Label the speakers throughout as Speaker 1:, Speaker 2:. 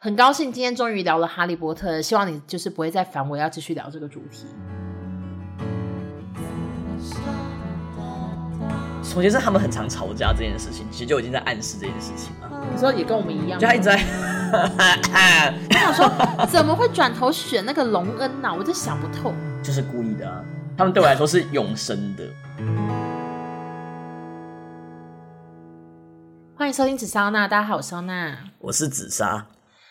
Speaker 1: 很高兴今天终于聊了《哈利波特》，希望你就是不会再烦我要继续聊这个主题。
Speaker 2: 首先是他们很常吵架这件事情，其实就已经在暗示这件事情了。
Speaker 1: 你说也跟我们一样吗，
Speaker 2: 就他一直在，
Speaker 1: 我想说，怎么会转头选那个隆恩呐、我真想不透。
Speaker 2: 就是故意的啊。他们对我来说是永生的。
Speaker 1: 欢迎收听紫莎娜，大家好，我是莎娜。
Speaker 2: 我是紫砂，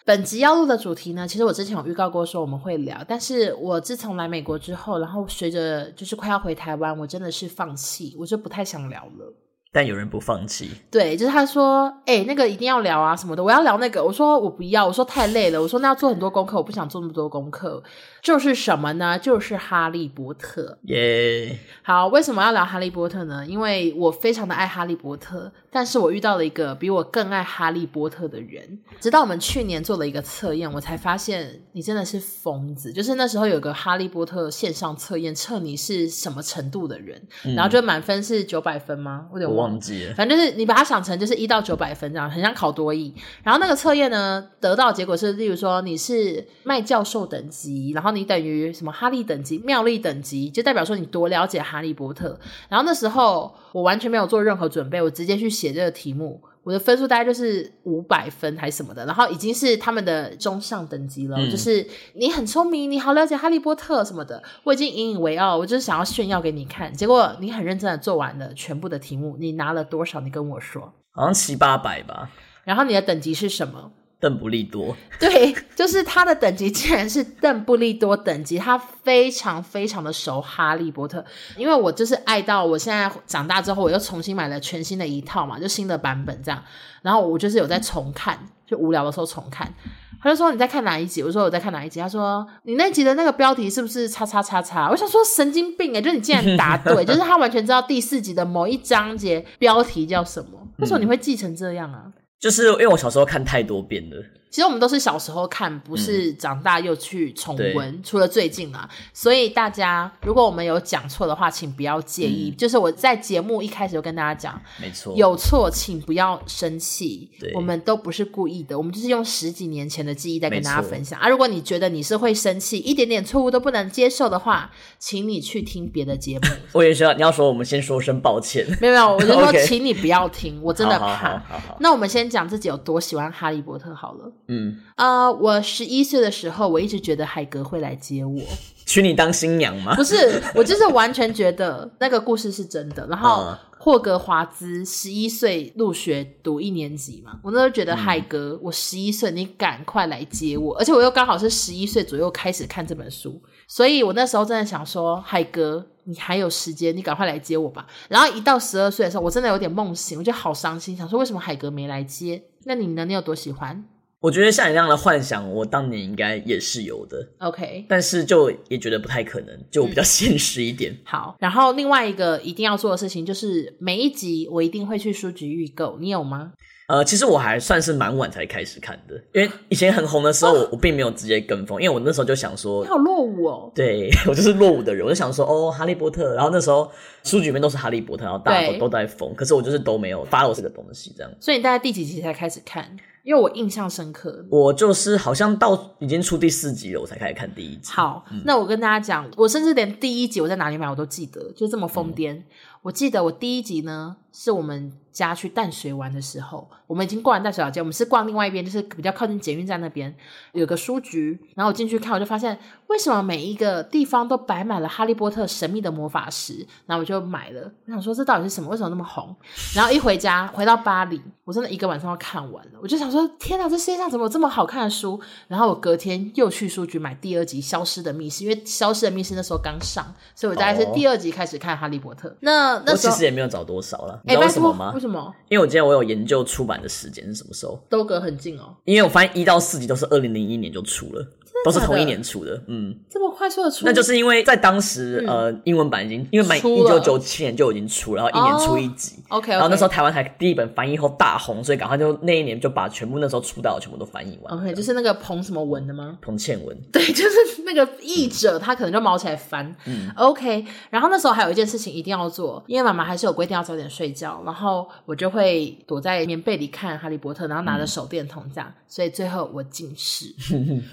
Speaker 1: 本集要录的主题呢，其实我之前有预告过说我们会聊，但是我自从来美国之后，然后随着就是快要回台湾，我真的是放弃，我就不太想聊了。
Speaker 2: 但有人不放弃。
Speaker 1: 对，就是他说，哎、那个一定要聊啊什么的，我要聊那个，我说我不要，我说太累了，我说那要做很多功课，我不想做那么多功课。就是什么呢？就是哈利波特。
Speaker 2: 耶、
Speaker 1: 好，为什么要聊哈利波特呢？因为我非常的爱哈利波特，但是我遇到了一个比我更爱哈利波特的人。直到我们去年做了一个测验，我才发现你真的是疯子。就是那时候有个哈利波特线上测验，测你是什么程度的人，然后就满分是九百分吗？嗯我有
Speaker 2: 我
Speaker 1: 点忘
Speaker 2: 忘
Speaker 1: 了。
Speaker 2: 记了。
Speaker 1: 反正就是你把它想成就是一到九百分这样，很像考多艺。然后那个测验呢，得到的结果是，例如说你是麦教授等级，然后你等于什么哈利等级、妙丽等级，就代表说你多了解哈利波特。然后那时候我完全没有做任何准备，我直接去写这个题目。我的分数大概就是五百分还是什么的，然后已经是他们的中上等级了，
Speaker 2: 嗯
Speaker 1: 就是你很聪明，你好了解哈利波特什么的，我已经引以为傲，我就是想要炫耀给你看。结果你很认真的做完了全部的题目，你拿了多少？你跟我说，
Speaker 2: 好像七八百吧，
Speaker 1: 然后你的等级是什么？
Speaker 2: 邓不利多。
Speaker 1: 对，就是他的等级竟然是邓布利多等级，他非常非常的熟哈利波特，因为我就是爱到我现在长大之后，我又重新买了全新的一套嘛，就新的版本这样，然后我就是有在重看，就无聊的时候重看。他就说你在看哪一集？我说我在看哪一集。他说你那集的那个标题是不是叉叉叉叉？我想说神经病哎、就是你竟然答对，就是他完全知道第四集的某一章节标题叫什么。为什么你会记成这样啊？
Speaker 2: 就是因为我小时候看太多遍了，
Speaker 1: 其实我们都是小时候看，不是长大又去重温，
Speaker 2: 嗯对
Speaker 1: 除了最近啊。所以大家，如果我们有讲错的话，请不要介意。就是我在节目一开始就跟大家讲，
Speaker 2: 没嗯错。
Speaker 1: 有错请不要生气
Speaker 2: 对，
Speaker 1: 我们都不是故意的，我们就是用十几年前的记忆在跟
Speaker 2: 没错
Speaker 1: 大家分享啊。如果你觉得你是会生气，一点点错误都不能接受的话，请你去听别的节目。
Speaker 2: 我也需要你要说，我们先说声抱歉。
Speaker 1: 没有没有，我就说，
Speaker 2: OK
Speaker 1: 请你不要听，我真的
Speaker 2: 好好
Speaker 1: 怕。
Speaker 2: 好好好，
Speaker 1: 那我们先讲自己有多喜欢哈利波特好了。
Speaker 2: 嗯，
Speaker 1: 呃，我十一岁的时候，我一直觉得海格会来接我，
Speaker 2: 娶你当新娘吗
Speaker 1: 不？是，我就是完全觉得那个故事是真的。然后
Speaker 2: 嗯
Speaker 1: 霍格华兹十一岁入学读一年级嘛，我那时候觉得海格，我十一岁，你赶快来接我，而且我又刚好是十一岁左右开始看这本书，所以我那时候真的想说，海格。你还有时间，你赶快来接我吧。然后一到十二岁的时候，我真的有点梦醒，我就好伤心，想说为什么海格没来接？那你呢？你有多喜欢
Speaker 2: 我觉得像你那样的幻想，我当年应该也是有的，
Speaker 1: ？OK，
Speaker 2: 但是就也觉得不太可能，就我
Speaker 1: 嗯
Speaker 2: 比较现实一点。
Speaker 1: 好，然后另外一个一定要做的事情就是每一集我一定会去书局预购，你有吗？
Speaker 2: 呃，其实我还算是蛮晚才开始看的，因为以前很红的时候，
Speaker 1: 哦
Speaker 2: 我我并没有直接跟风，因为我那时候就想说
Speaker 1: 你，好落伍哦。
Speaker 2: 对 我就是落伍的人，我就想说哦，哈利波特。然后那时候书局里面都是哈利波特，然后大家
Speaker 1: 对
Speaker 2: 都都在疯，可是我就是都没有 follow 这个东西，这样。
Speaker 1: 所以你大概第几集才开始看？因为我印象深刻。
Speaker 2: 我就是好像到已经出第四集了，我才开始看第一集。
Speaker 1: 好，那我跟大家讲，我甚至连第一集我在哪里买我都记得，就这么疯癫。我记得我第一集呢，是我们家去淡水玩的时候，我们已经逛完淡水老街，我们是逛另外一边，就是比较靠近捷运站那边有个书局，然后我进去看，我就发现为什么每一个地方都摆满了《哈利波特》神秘的魔法石，然后我就买了。我想说这到底是什么？为什么那么红？然后一回家，回到巴黎，我真的一个晚上要看完了。我就想说，天哪，这世界上怎么有这么好看的书？然后我隔天又去书局买第二集《消失的密室》，因为《消失的密室》那时候刚上，所以我大概是
Speaker 2: 哦
Speaker 1: 第二集开始看《哈利波特》那那
Speaker 2: 我
Speaker 1: 时
Speaker 2: 其
Speaker 1: 候，
Speaker 2: 实也没有找多少了，你
Speaker 1: 哎、
Speaker 2: 知道
Speaker 1: 拜
Speaker 2: 为什么
Speaker 1: 托，
Speaker 2: 吗
Speaker 1: 为？什么
Speaker 2: 因为我记得我有研究出版的时间是什么时候，
Speaker 1: 都隔很近哦？
Speaker 2: 因为我发现一到四集都是二零零一年就出了，
Speaker 1: 真
Speaker 2: 都是同一年出的，嗯，
Speaker 1: 这么快速的出，
Speaker 2: 那就是因为在当时、呃英文版已经英文版
Speaker 1: 嗯出
Speaker 2: 一
Speaker 1: 了哦
Speaker 2: 九九七年就已经出了，然后一年出一集。
Speaker 1: OK，,
Speaker 2: 然后那时候台湾台第一本翻译后大红，所以赶快就那一年就把全部那时候出道的全部都翻译完。
Speaker 1: OK 就是那个彭什么文的吗？
Speaker 2: 彭倩文，
Speaker 1: 对，就是那个
Speaker 2: 嗯
Speaker 1: 译者，他可能就毛起来翻。OK，然后那时候还有一件事情一定要做，因为妈妈还是有规定要早点睡觉，然后我就会躲在棉被里看《哈利波特》，然后拿
Speaker 2: 嗯
Speaker 1: 着手电筒这样，所以最后我近 视，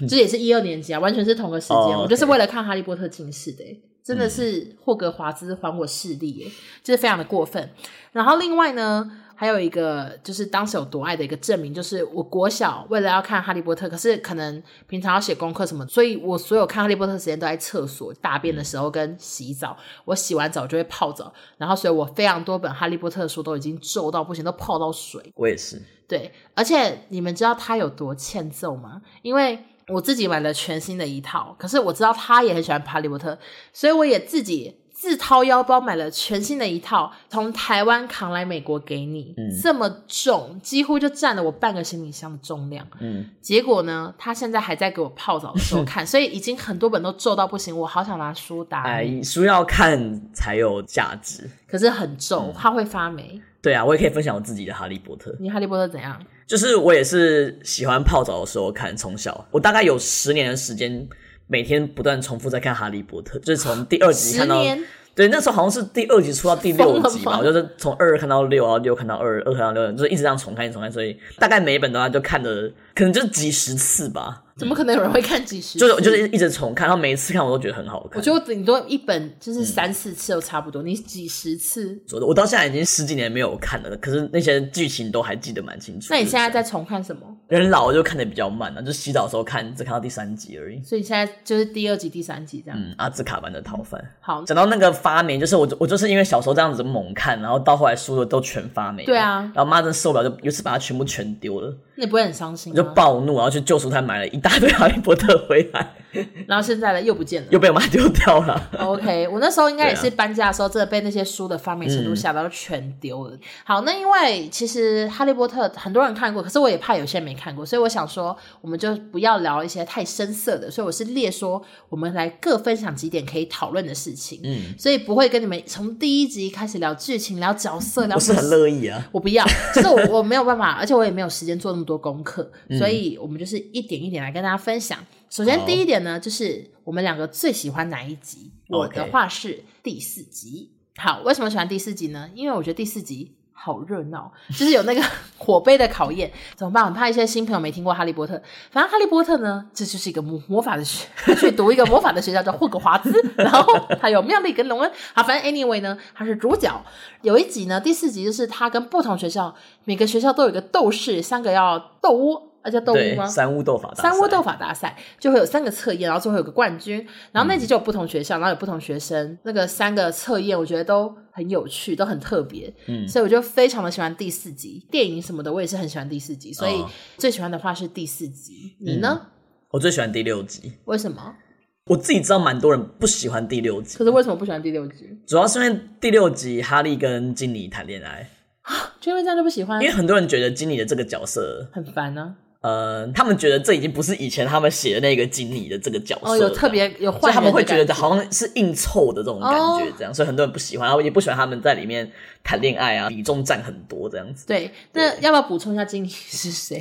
Speaker 1: 这也是一二年级啊，完全是同个时间，
Speaker 2: 哦，OK 嗯
Speaker 1: 我就是为了看《哈利波特》近视的、欸真的是霍格华兹还我视力、耶，就是非常的过分。然后另外呢，还有一个就是当时有多爱的一个证明，就是我国小为了要看《哈利波特》，可是可能平常要写功课什么，所以我所有看《哈利波特》的时间都在厕所大便的时候跟洗澡。我洗完澡就会泡澡，然后所以我非常多本《哈利波特》的书都已经皱到不行，都泡到水。
Speaker 2: 我也是，
Speaker 1: 对，而且你们知道他有多欠揍吗？因为我自己买了全新的一套，可是我知道他也很喜欢哈利波特，所以我也自己自掏腰包买了全新的一套，从台湾扛来美国给你，
Speaker 2: 嗯
Speaker 1: 这么重，几乎就占了我半个行李箱的重量。
Speaker 2: 嗯，
Speaker 1: 结果呢，他现在还在给我泡澡的时 候看，所以已经很多本都皱到不行，我好想拿书打你，
Speaker 2: 哎，书要看才有价值。
Speaker 1: 可是
Speaker 2: 嗯
Speaker 1: 很皱，怕会发霉。
Speaker 2: 对啊，我也可以分享我自己的《哈利波特》，
Speaker 1: 你哈利波特怎样？
Speaker 2: 就是我也是喜欢泡澡的时候看，从小我大概有十年的时间，每天不断重复在看《哈利波特》，就是从第二集
Speaker 1: 十
Speaker 2: 看到
Speaker 1: 年
Speaker 2: 对，那时候好像是第二集出到第六集
Speaker 1: 疯了
Speaker 2: 吧，
Speaker 1: 吗
Speaker 2: 我就是从二看到六，然后六看到二，二看到六，就是一直这样重看重看，所以大概每一本的话就看了，可能就是几十次吧，
Speaker 1: 怎么可能有人会看几十次？
Speaker 2: 就是就是一直重看，然后每一次看我都觉得很好看。
Speaker 1: 我觉得顶多一本就是三四次都差不多，你几十次。
Speaker 2: 我我到现在已经十几年没有看了，可是那些剧情都还记得蛮清楚。
Speaker 1: 那你现在在重看什么？
Speaker 2: 人老了就看的比较慢了、就洗澡的时候看，只看到第三集而已。
Speaker 1: 所以你现在就是第二集、第三集这样。
Speaker 2: 嗯，阿兹卡班的逃犯。
Speaker 1: 好，
Speaker 2: 讲到那个发霉，就是我我就是因为小时候这样子猛看，然后到后来书的都全发霉了。
Speaker 1: 对啊
Speaker 2: 然后妈真受不了，就有一次把它全部全丢了。
Speaker 1: 那你不会很伤心
Speaker 2: 我就
Speaker 1: 吗？
Speaker 2: 暴怒，然后去旧书摊买了一大堆 《哈利波特》回来，
Speaker 1: 然后现在呢，又不见了。
Speaker 2: 又被我妈丢掉了。
Speaker 1: OK，我那时候应该也
Speaker 2: 对啊嗯
Speaker 1: 是搬家的时候，真的被那些书的发霉程度吓到，全丢了。好，那因为其实《哈利波特》很多人看过，可是我也怕有些人没看过，所以我想说，我们就不要聊一些太深色的，所以我是列说，我们来各分享几点可以讨论的事情。嗯，所以不会跟你们从第一集开始聊剧情、聊角色、聊
Speaker 2: 我
Speaker 1: 什
Speaker 2: 是
Speaker 1: 么
Speaker 2: 很乐意啊，
Speaker 1: 我不要，就是我我没有办法，而且我也没有时间做那么多功课，所以我们就是一点一点来跟大家分享。首先
Speaker 2: 嗯好
Speaker 1: 第一点呢，就是我们两个最喜欢哪一集？我的
Speaker 2: OK
Speaker 1: 话是第四集。好，为什么喜欢第四集呢？因为我觉得第四集。好热闹，就是有那个 火杯的考验，怎么办？很怕一些新朋友没听过《哈利波特》。反正《哈利波特》呢，这就是一个魔魔法的学， 他去读一个魔法的学校叫霍格华兹，然后他有妙丽跟隆恩。好，反正 anyway 呢，他是主角。有一集呢，第四集就是他跟不同学校，每个学校都有一个斗士，三个要斗殴，啊叫斗殴
Speaker 2: 对
Speaker 1: 吗，？
Speaker 2: 三巫斗法大赛，
Speaker 1: 三窝斗法大赛就会有三个测验，然后最后有个冠军，然后
Speaker 2: 嗯
Speaker 1: 那集就有不同学校，然后有不同学生，那个三个测验我觉得都很有趣，都很特别，
Speaker 2: 嗯
Speaker 1: 所以我就非常的喜欢第四集，电影什么的我也是很喜欢第四集，所以
Speaker 2: 哦嗯
Speaker 1: 最喜欢的话是第四集，你呢？
Speaker 2: 我最喜欢第六集。
Speaker 1: 为什么？
Speaker 2: 我自己知道蛮多人不喜欢第六集，
Speaker 1: 可是为什么不喜欢第六集？
Speaker 2: 主要是因为第六集哈利跟金妮谈恋爱，
Speaker 1: 就因为这样就不喜欢
Speaker 2: 因，为很多人觉得金妮的这个角色，
Speaker 1: 很烦啊呢、
Speaker 2: 呃，他们觉得这已经不是以前他们写的那个金妮的这个角色了，
Speaker 1: 哦，有特别有
Speaker 2: 所
Speaker 1: 换人的感，
Speaker 2: 以他们会觉得好像是硬凑的这种感
Speaker 1: 哦
Speaker 2: 觉，这样，所以很多人不喜欢，然后也不喜欢他们在里面谈恋爱啊，比重占很多这样子。
Speaker 1: 对。那要不要补充一下经理是谁？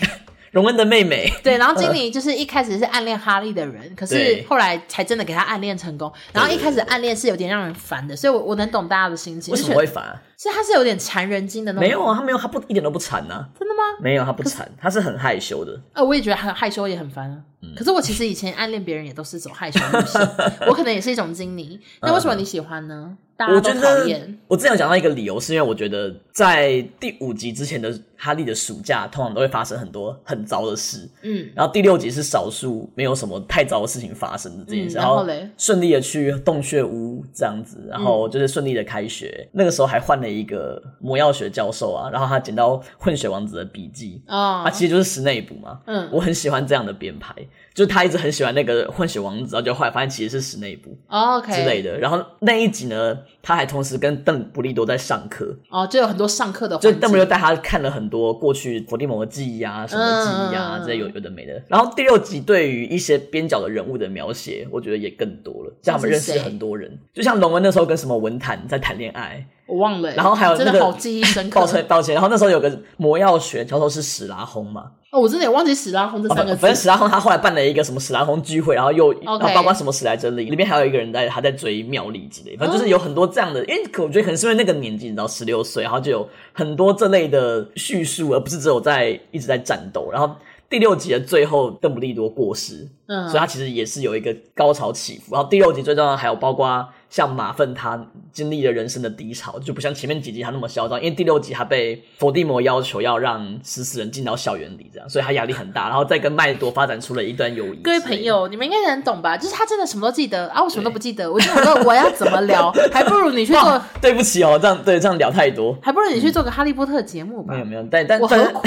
Speaker 2: 荣恩的妹 妹，
Speaker 1: 对，然后经理就是一开始是暗恋哈利的人，可是
Speaker 2: 嗯对
Speaker 1: 后来才真的给他暗恋成功。然后一开始暗恋是有点让人烦的，所以我我能懂大家的心情。
Speaker 2: 为
Speaker 1: 就
Speaker 2: 什
Speaker 1: 觉
Speaker 2: 么
Speaker 1: 得
Speaker 2: 会烦、啊？
Speaker 1: 是他是有点缠人精的那种。
Speaker 2: 没有，啊，他没有，他不一点都不惨呐、
Speaker 1: 真的吗？
Speaker 2: 没有，他不惨，他是很害羞的。
Speaker 1: 呃，我也觉得很害羞，也很烦啊。
Speaker 2: 嗯
Speaker 1: 可是我其实以前暗恋别人也都是走害羞路线，我可能也是一种经 理。那为什么你喜欢呢？大家
Speaker 2: 嗯我
Speaker 1: 都
Speaker 2: 觉
Speaker 1: 讨
Speaker 2: 得
Speaker 1: 厌。
Speaker 2: 我之前有讲到一个理由，是因为我觉得在第五集之前的哈利的暑假，通常都会发生很多很糟的事。
Speaker 1: 嗯，
Speaker 2: 然后第六集是少数没有什么太糟的事情发生的这件事，
Speaker 1: 嗯然
Speaker 2: 然
Speaker 1: 后
Speaker 2: 后
Speaker 1: 嘞嗯
Speaker 2: 顺利的去洞穴屋这样子，然后就是顺利的开学。那个时候还换了的一个魔药学教授啊，然后他捡到混血王子的笔记，啊
Speaker 1: 哦，
Speaker 2: 他其实就是史内普嘛。
Speaker 1: 嗯，
Speaker 2: 我很喜欢这样的编排，就是他一直很喜欢那个混血王子，然后就后来发现其实是史内普
Speaker 1: 哦 OK
Speaker 2: 之类的。然后那一集呢，他还同时跟邓布利多在上课，
Speaker 1: 哦，就有很多上课的环
Speaker 2: 就嗯
Speaker 1: 节，
Speaker 2: 邓布利多带他看了很多过去伏地魔的记忆啊、什么记忆啊
Speaker 1: 嗯嗯嗯
Speaker 2: 这些有有的没的。然后第六集对于一些边角的人物的描写，我觉得也更多了，让他们认识很多人。就像龙文那时候跟什么文坛在谈恋爱，
Speaker 1: 我忘了欸，
Speaker 2: 然后还有那
Speaker 1: 真
Speaker 2: 个
Speaker 1: 的好记忆深刻
Speaker 2: 抱。歉抱歉。然后那时候有个魔药学教授是史拉轰嘛，
Speaker 1: 哦，我真的也忘记史拉轰这
Speaker 2: 哦
Speaker 1: 三
Speaker 2: 反
Speaker 1: 个
Speaker 2: 反
Speaker 1: 字
Speaker 2: 正。史拉轰他后来办了一个什么史拉轰聚会，然后又
Speaker 1: OK
Speaker 2: 然后包括什么史莱哲林，里面还有一个人在他在追妙丽之类，反正就是有很多这样的。因为我觉得可能是因为那个年纪，你知道十六岁，然后就有很多这类的叙述，而不是只有在一直在战斗。然后第六集的最后，邓布利多过世，
Speaker 1: 嗯，
Speaker 2: 所以他其实也是有一个高潮起伏。然后第六集最重要的还有包括像马粪他经历了人生的低潮，就不像前面几集他那么嚣张，因为第六集他被伏地魔要求要让食死人进到校园里，这样，所以他压力很大，然后再跟麦多发展出了一段友谊。
Speaker 1: 各位朋，友，你们应该能懂吧？就是他真的什么都记得啊，我什么都不记得。我就想说我要怎么 聊，还不如你去做
Speaker 2: 哇，，对不起哦，这样对这样聊太多。
Speaker 1: 还不如你去做个哈利波特节目吧
Speaker 2: 没。有没有，但但
Speaker 1: 我何
Speaker 2: 但，
Speaker 1: 苦？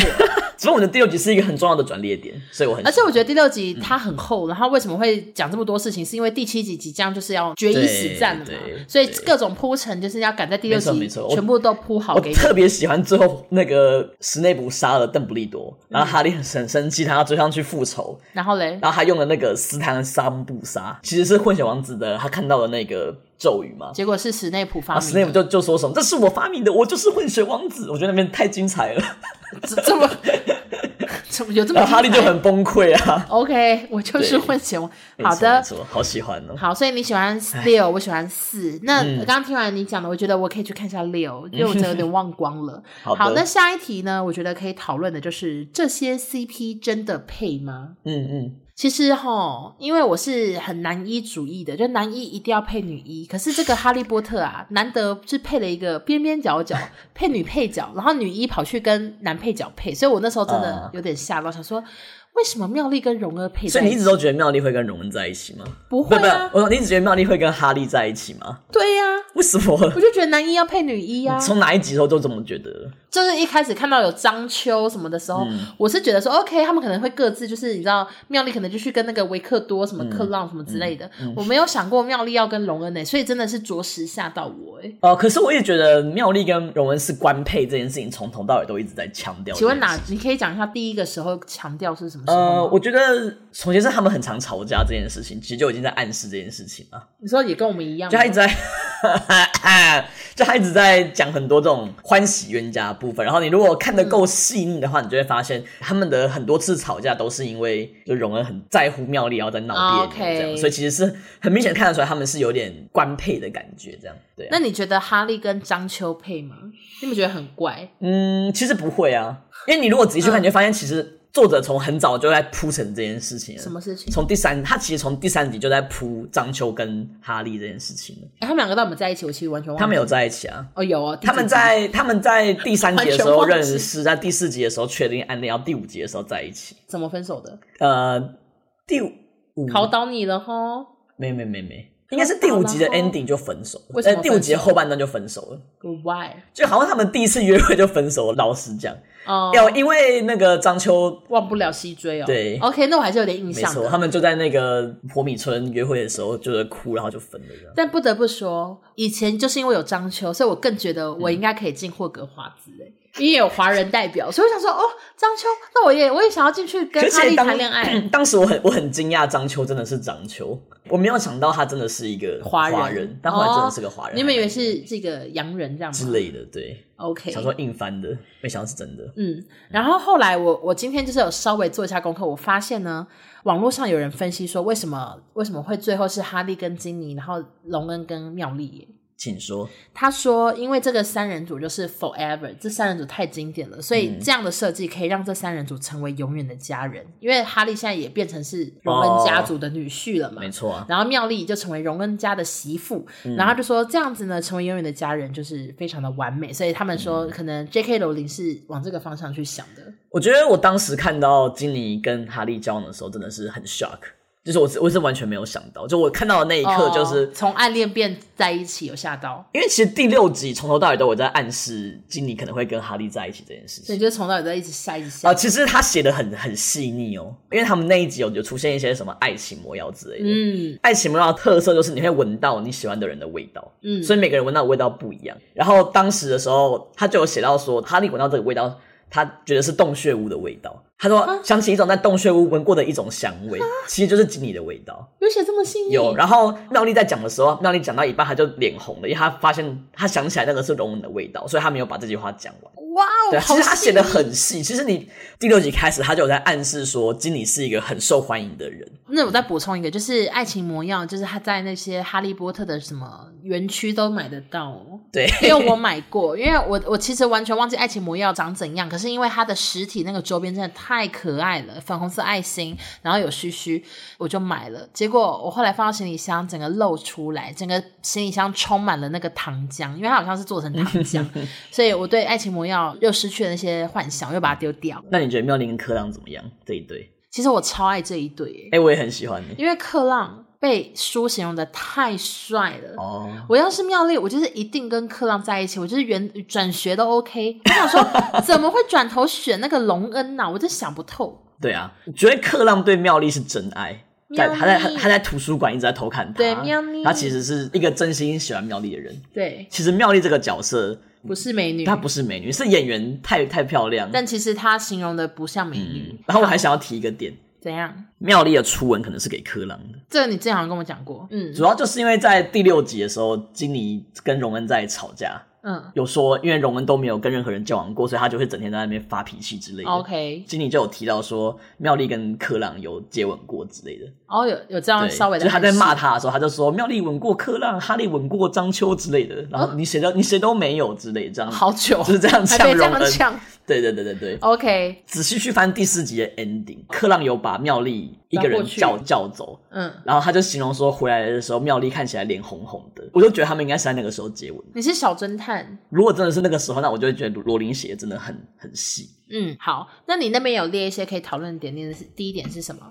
Speaker 2: 只是我们的第六集是一个很重要的转捩点，所以我 很
Speaker 1: 而且我觉得第六集它很
Speaker 2: 嗯
Speaker 1: 厚，然后为什么会讲这么多事情，是因为第七集即将就是要决一死战了嘛
Speaker 2: 对对，
Speaker 1: 所以各种铺陈就是要赶在第六
Speaker 2: 没
Speaker 1: 集
Speaker 2: 错没错我
Speaker 1: 全部都铺好
Speaker 2: 我
Speaker 1: 给你。
Speaker 2: 特别喜欢最后那个史内普杀了邓布利多，然后哈利很很生气，他要追上去复仇，
Speaker 1: 然后嘞，
Speaker 2: 然后他用了那个斯坦桑布杀，其实是混血王子的，他看到了那个咒语嘛。
Speaker 1: 结果是史内普发
Speaker 2: 然后啊史内
Speaker 1: 明
Speaker 2: 普
Speaker 1: 的，
Speaker 2: 就就说什么：“这是我发明的，我就是混血王子。”我觉得那边太精彩了，
Speaker 1: 这这么怎么有这么
Speaker 2: 然后哈利就
Speaker 1: 精彩
Speaker 2: 很崩溃啊。
Speaker 1: OK，我就是
Speaker 2: 对
Speaker 1: 混血王。
Speaker 2: 没 错
Speaker 1: 好的
Speaker 2: 没，错，好喜欢哦。
Speaker 1: 好，所以你喜欢六，我喜欢四。那
Speaker 2: 嗯
Speaker 1: 刚刚听完你讲的，我觉得我可以去看一下六，因为我真的有点忘光了。
Speaker 2: 好的
Speaker 1: 那下一题呢？我觉得可以讨论的就是这些 CP 真的配吗？
Speaker 2: 嗯嗯，
Speaker 1: 其实哈，因为我是很男一主义的，就男一一定要配女一。可是这个哈利波特 啊，难得是配了一个边边角角配女配角，然后女一跑去跟男配角配，所以我那时候真的
Speaker 2: 啊
Speaker 1: 有点吓到，想说为什么妙丽跟荣儿配
Speaker 2: 所
Speaker 1: 在
Speaker 2: 以
Speaker 1: 一
Speaker 2: 你一
Speaker 1: 起？
Speaker 2: 直都觉得妙丽会跟荣恩在一起吗？
Speaker 1: 不会啊，
Speaker 2: 不不，我说你一直觉得妙丽会跟哈利在一起吗？
Speaker 1: 对呀、
Speaker 2: 为什么？
Speaker 1: 我就觉得男一要配女一啊，
Speaker 2: 从哪一集的时候就这么觉得了？
Speaker 1: 就是一开始看到有章丘什么的时候，
Speaker 2: 嗯
Speaker 1: 我是觉得说 OK，他们可能会各自就是你知道，妙丽可能就去跟那个维克多什么克浪什么之类的，
Speaker 2: 嗯
Speaker 1: 我没有想过妙丽要跟隆恩呢、欸所以真的是着实吓到我哎、
Speaker 2: 呃，可是我也觉得妙丽跟荣恩是官配这件事情，从头到尾都一直在强调这件事。
Speaker 1: 请问哪？你可以讲一下第一个时候强调是什么时候吗？
Speaker 2: 呃，我觉得首先是他们很常吵架这件事情，其实就已经在暗示这件事情了。
Speaker 1: 你说也跟我们一样
Speaker 2: 就
Speaker 1: 吗，
Speaker 2: 他一直在， 就他一直在讲很多这种欢喜冤家的部分。然后你如果
Speaker 1: 嗯
Speaker 2: 看得够细腻的话，你就会发现他们的很多次吵架都是因为就荣恩很在乎妙丽，然后在闹
Speaker 1: 啊
Speaker 2: 别扭这样
Speaker 1: OK
Speaker 2: 所以其实是很明显看得出来他们是有点官配的感觉这样。对啊、
Speaker 1: 那你觉得哈利跟章丘配吗？你们觉得很怪？
Speaker 2: 嗯，其实不会啊，因为你如果仔细去
Speaker 1: 嗯
Speaker 2: 看，你会发现其实作者从很早就在铺陈这件事情了。
Speaker 1: 什么事情？
Speaker 2: 从第三，他其实从第三集就在铺章丘跟哈利这件事情了。
Speaker 1: 哎、他们两个到底有没有在一起？我其实完全忘了。
Speaker 2: 他们有在一起啊，
Speaker 1: 哦有哦，第几
Speaker 2: 他们在他们在第三集的时候
Speaker 1: 完全忘
Speaker 2: 认
Speaker 1: 记
Speaker 2: 识，在第四集的时候确定暗恋，然后第五集的时候在一起
Speaker 1: 集。怎么分手的？
Speaker 2: 呃，第五
Speaker 1: 考倒你了吼！
Speaker 2: 没没没没，应该是第五集的
Speaker 1: 好然后
Speaker 2: ending 就分手了
Speaker 1: 为，什么
Speaker 2: 呃，第五集的
Speaker 1: 分手
Speaker 2: 后半段就分手了，
Speaker 1: Goodbye。
Speaker 2: 就好像他们第一次约会就分手了。老实讲，
Speaker 1: 哦、
Speaker 2: 要因为那个章丘
Speaker 1: 忘不了西追哦。
Speaker 2: 对
Speaker 1: ，OK，那我还是有点印
Speaker 2: 没
Speaker 1: 象
Speaker 2: 错，他
Speaker 1: 的。
Speaker 2: 们就在那个婆米村约会的时候，就是哭，然后就分了这样。
Speaker 1: 但不得不说，以前就是因为有章丘，所以我更觉得我应该可以进霍格华兹诶，
Speaker 2: 嗯
Speaker 1: 因为有华人代表，所以我想说，哦，章丘，那我也我也想要进去跟
Speaker 2: 而
Speaker 1: 哈
Speaker 2: 且
Speaker 1: 利
Speaker 2: 当
Speaker 1: 谈恋爱。
Speaker 2: 当时我很我很惊讶，章丘真的是章丘，我没有想到他真的是一个
Speaker 1: 华人哦
Speaker 2: 人，但后来真的是个华人，
Speaker 1: 你们以为是这个洋人这样吗？
Speaker 2: 之类的，对，
Speaker 1: OK，
Speaker 2: 想说硬翻的，没想到是真的。
Speaker 1: 嗯，然后后来我我今天就是有稍微做一下功课，我发现呢，网络上有人分析说为什么为什么会最后是哈利跟金妮，然后隆恩跟妙丽耶
Speaker 2: 请说，
Speaker 1: 他说，因为这个三人组就是 forever，这三人组太经典了，所
Speaker 2: 嗯
Speaker 1: 以这样的设计可以让这三人组成为永远的家人。因为哈利现在也变成是荣恩家族的女婿了嘛，
Speaker 2: 哦没错嗯啊，
Speaker 1: 然后妙丽就成为荣恩家的媳妇，然后他就说这样子呢，成为永远的家人就是非常的完美。所以他们
Speaker 2: 嗯
Speaker 1: 说，可能 J.K. 罗琳是往这个方向去想的。
Speaker 2: 我觉得我当时看到金妮跟哈利交往的时候，真的是很 shock。就是我是我是完全没有想到，就我看到的那一刻，就是、
Speaker 1: 哦从暗恋变在一起，有吓到，
Speaker 2: 因为其实第六集从头到尾都有在暗示金妮可能会跟哈利在一起这件事
Speaker 1: 所
Speaker 2: 情
Speaker 1: 以。就从到底在一直晒一直晒
Speaker 2: 啊、。其实他写的很很细腻哦，因为他们那一集有有出现一些什么爱情魔药之类的。
Speaker 1: 嗯
Speaker 2: 爱情魔药的特色就是你会闻到你喜欢的人的味道，
Speaker 1: 嗯，
Speaker 2: 所以每个人闻到的味道不一样。然后当时的时候，他就有写到说，哈利闻到这个味道，他觉得是洞穴屋的味道。他
Speaker 1: 啊
Speaker 2: 说想起一种在洞穴屋闻过的一种香味，其实就是锦鲤的味道。
Speaker 1: 有写这么细腻，
Speaker 2: 有，然后妙丽在讲的时候，妙丽讲到一半，她就脸红了，因为她发现她想起来那个是龙纹的味道，所以她没有把这句话讲完。
Speaker 1: 哇
Speaker 2: 对，啊
Speaker 1: 哦，
Speaker 2: 其
Speaker 1: 好
Speaker 2: 实她
Speaker 1: 细
Speaker 2: 写的
Speaker 1: 腻
Speaker 2: 很细。其实你第六集开始，她就有在暗示说，经理是一个很受欢迎的人。
Speaker 1: 那我再补充一个，就是《爱情魔药》，就是他在那些哈利波特的什么园区都买得到哦。
Speaker 2: 对，
Speaker 1: 因为我买过，因为我我其实完全忘记《爱情魔药》长怎样，可是因为它的实体那个周边真的太可爱了，粉红色爱心，然后有须须，我就买了。结果我后来放到行李箱，整个露出来，整个行李箱充满了那个糖浆，因为它好像是做成糖浆，所以我对《爱情魔药》又失去了那些幻想，又把它丢掉了。
Speaker 2: 那你觉得妙丽跟柯朗怎么样？这一对？
Speaker 1: 其实我超爱这一对耶、
Speaker 2: 哎、我也很喜欢 你。
Speaker 1: 因为克浪被书形容的太帅了。
Speaker 2: 哦，
Speaker 1: 我要是妙丽，我就是一定跟克浪在一起，我就是原转学都 OK。我想 说，怎么会转头选那个隆恩呢、我真想不透。
Speaker 2: 对啊，我觉得克浪对妙丽是真爱。在
Speaker 1: 妙丽
Speaker 2: 他在他他在图书馆一直在偷看他，
Speaker 1: 对妙丽
Speaker 2: 他其实是一个真心喜欢妙丽的人。
Speaker 1: 对，
Speaker 2: 其实妙丽这个角色，
Speaker 1: 不是美女，
Speaker 2: 她不是美女，是演员太太漂亮。嗯
Speaker 1: 但其实她形容的不像美女。
Speaker 2: 然后我还想要提一个点，
Speaker 1: 怎样？
Speaker 2: 妙丽的初吻可能是给柯朗的，
Speaker 1: 这个你之前好像跟我讲过。嗯
Speaker 2: 主要就是因为在第六集的时候，金妮跟荣恩在吵架，
Speaker 1: 嗯
Speaker 2: 有说因为荣恩都没有跟任何人交往过，所以他就会整天在那边发脾气之类的。
Speaker 1: 哦，OK。
Speaker 2: 经理就有提到说，妙丽跟柯朗有接吻过之类的。
Speaker 1: 哦，有有这样
Speaker 2: 对，
Speaker 1: 稍微
Speaker 2: 就
Speaker 1: 的
Speaker 2: 是他在
Speaker 1: 暗示
Speaker 2: 骂他的时候，他就说妙丽吻过柯朗，哈利吻过张秋之类的。然后你谁都、你谁都没有之类，这样
Speaker 1: 好久，
Speaker 2: 就是这样
Speaker 1: 还
Speaker 2: 呛
Speaker 1: 被这
Speaker 2: 荣
Speaker 1: 样
Speaker 2: 恩。
Speaker 1: 呛。
Speaker 2: 对对对对对，
Speaker 1: OK，
Speaker 2: 仔细去翻第四集的 ending，克浪有把妙丽一个
Speaker 1: 拉
Speaker 2: 人
Speaker 1: 过去
Speaker 2: 叫叫走，
Speaker 1: 嗯，
Speaker 2: 然后他就形容说回来的时候妙丽看起来脸红红的，我就觉得他们应该是在那个时候接吻。
Speaker 1: 你是小侦探。
Speaker 2: 如果真的是那个时候，那我就会觉得罗琳写的真的很很细。
Speaker 1: 嗯，好，那你那边有列一些可以讨论的点，那是第一点是什么？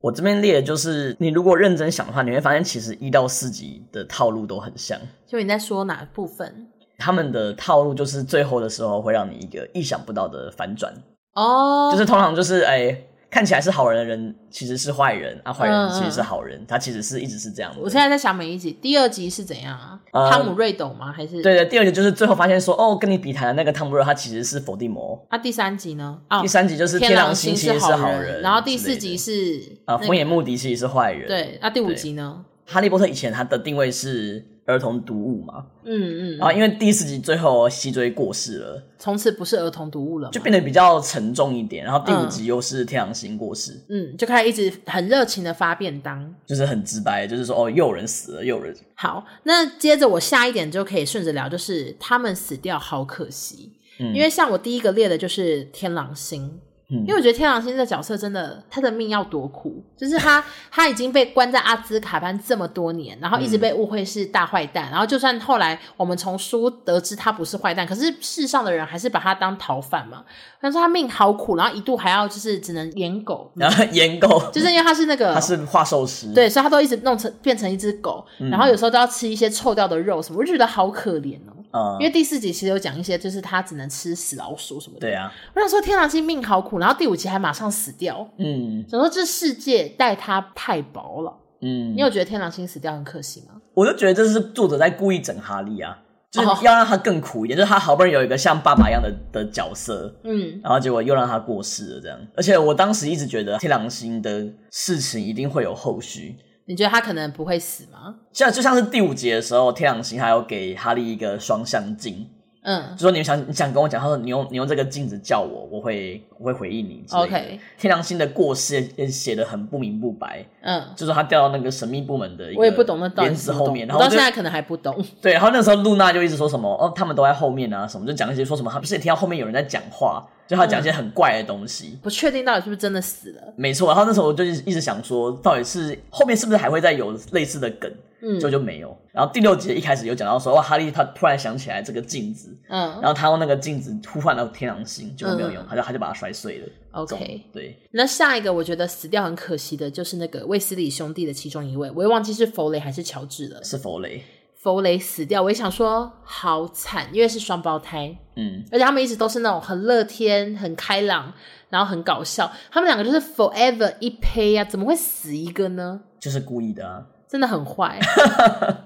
Speaker 2: 我这边列的就是你如果认真想的话，你会发现其实一到四集的套路都很像。
Speaker 1: 就你在说哪部分？
Speaker 2: 他们的套路就是最后的时候会让你一个意想不到的反转，
Speaker 1: 哦，
Speaker 2: 就是通常就是哎、看起来是好人的人其实是坏人啊，坏
Speaker 1: 嗯
Speaker 2: 人
Speaker 1: 嗯
Speaker 2: 其实是好人，他其实是一直是这样的。
Speaker 1: 我现在在想每一集，第二集是怎样啊？
Speaker 2: 呃
Speaker 1: 汤姆瑞斗吗？还是？
Speaker 2: 对对，第二集就是最后发现说，哦，跟你比谈的那个汤姆瑞，他其实是伏地魔。
Speaker 1: 那、第三集呢？啊、
Speaker 2: 第三集就是天狼
Speaker 1: 狼
Speaker 2: 星
Speaker 1: 星
Speaker 2: 其实
Speaker 1: 好
Speaker 2: 好
Speaker 1: 然后第四
Speaker 2: 之类
Speaker 1: 集
Speaker 2: 的
Speaker 1: 是
Speaker 2: 啊，
Speaker 1: 那个
Speaker 2: 风眼目的其实是坏人。，
Speaker 1: 对，那、第五集呢？
Speaker 2: 哈利波特以前他的定位是儿童读物嘛，
Speaker 1: 嗯嗯，
Speaker 2: 然后因为第四集最后西追过世了，
Speaker 1: 从此不是儿童读物了嘛，
Speaker 2: 就变得比较沉重一点。然后第五
Speaker 1: 嗯
Speaker 2: 集又是天狼星过世，
Speaker 1: 嗯，就开始一直很热情的发便当。
Speaker 2: 就是很直白，就是说哦，又有人死了，又有人死了。
Speaker 1: 好，那接着我下一点就可以顺着聊，就是他们死掉好可惜，
Speaker 2: 嗯
Speaker 1: 因为像我第一个列的就是天狼星，
Speaker 2: 嗯
Speaker 1: 因为我觉得天狼星这角色真的他的命要多苦，就是他他已经被关在阿兹卡班这么多年，然后一直
Speaker 2: 嗯
Speaker 1: 被误会是大坏蛋，然后就算后来我们从书得知他不是坏蛋，可是世上的人还是把他当逃犯嘛，但是他命好苦，然后一度还要就是只能演狗，嗯
Speaker 2: 然后颜狗
Speaker 1: 就是因为他是那个
Speaker 2: 啊 他是嗯画寿司，，
Speaker 1: 对，所以他都一直弄成变成一只狗，然后有时候都要吃一些臭掉的肉什么，我就觉得好可怜哦。
Speaker 2: 嗯
Speaker 1: 因，为第四集其实有讲一些，就是他只能吃死老鼠什么的。
Speaker 2: 对啊，
Speaker 1: 我想说天狼星命好苦，然后第五集还马上死掉，
Speaker 2: 嗯
Speaker 1: 想说这世界待他太薄了。
Speaker 2: 嗯
Speaker 1: 你，有觉得天狼星死掉很可惜吗？
Speaker 2: 我就觉得这是作者在故意整哈利啊，就是
Speaker 1: 哦
Speaker 2: 要让他更苦一点，就是他好不容易有一个像爸爸一样的的角色，
Speaker 1: 嗯，
Speaker 2: 然后结果又让他过世了这样。而且我当时一直觉得天狼星的事情一定会有后续，
Speaker 1: 你觉得他可能不会死吗？
Speaker 2: 像就像是第五集的时候，天狼星还有给哈利一个双向镜，
Speaker 1: 嗯
Speaker 2: 就说你想你想跟我讲，他说你用你用这个镜子叫我，我会我会回应你之类的。
Speaker 1: ，OK，
Speaker 2: 天狼星的过世也写的很不明不白，
Speaker 1: 嗯，
Speaker 2: 就说他掉到那个神秘部门的一个
Speaker 1: 我也不懂那到底
Speaker 2: 帘
Speaker 1: 是
Speaker 2: 子
Speaker 1: 什么
Speaker 2: 后
Speaker 1: 东
Speaker 2: 面，
Speaker 1: 西
Speaker 2: 然
Speaker 1: 我
Speaker 2: 后
Speaker 1: 到
Speaker 2: 就
Speaker 1: 现在可能还不懂。
Speaker 2: 对，然后那时候露娜就一直说什么哦，他们都在后面啊，什么就讲一些说什么，他不是也听到后面有人在讲话，就他讲一些很怪的东西。
Speaker 1: 不确定到底是不是真的死了。
Speaker 2: 没错，然后那时候我就一直想说，到底是后面是不是还会再有类似的梗？
Speaker 1: 嗯
Speaker 2: 就就没有。然后第六集一开始有讲到说，哇，哈利他突然想起来这个镜子，
Speaker 1: 嗯
Speaker 2: 然后他用那个镜子呼唤到天狼星，结果没有用，他就他就把它摔碎了。这种
Speaker 1: ，OK。
Speaker 2: 对，
Speaker 1: 那下一个我觉得死掉很可惜的就是那个卫斯理兄弟的其中一位，我也忘记是弗雷还是乔治了。
Speaker 2: 是佛雷。
Speaker 1: 弗雷死掉，我也想说好惨，因为是双胞胎，
Speaker 2: 嗯，
Speaker 1: 而且他们一直都是那种很乐天、很开朗，然后很搞笑。他们两个就是 forever 一胚啊，怎么会死一个呢？
Speaker 2: 就是故意的啊。
Speaker 1: 真的很坏。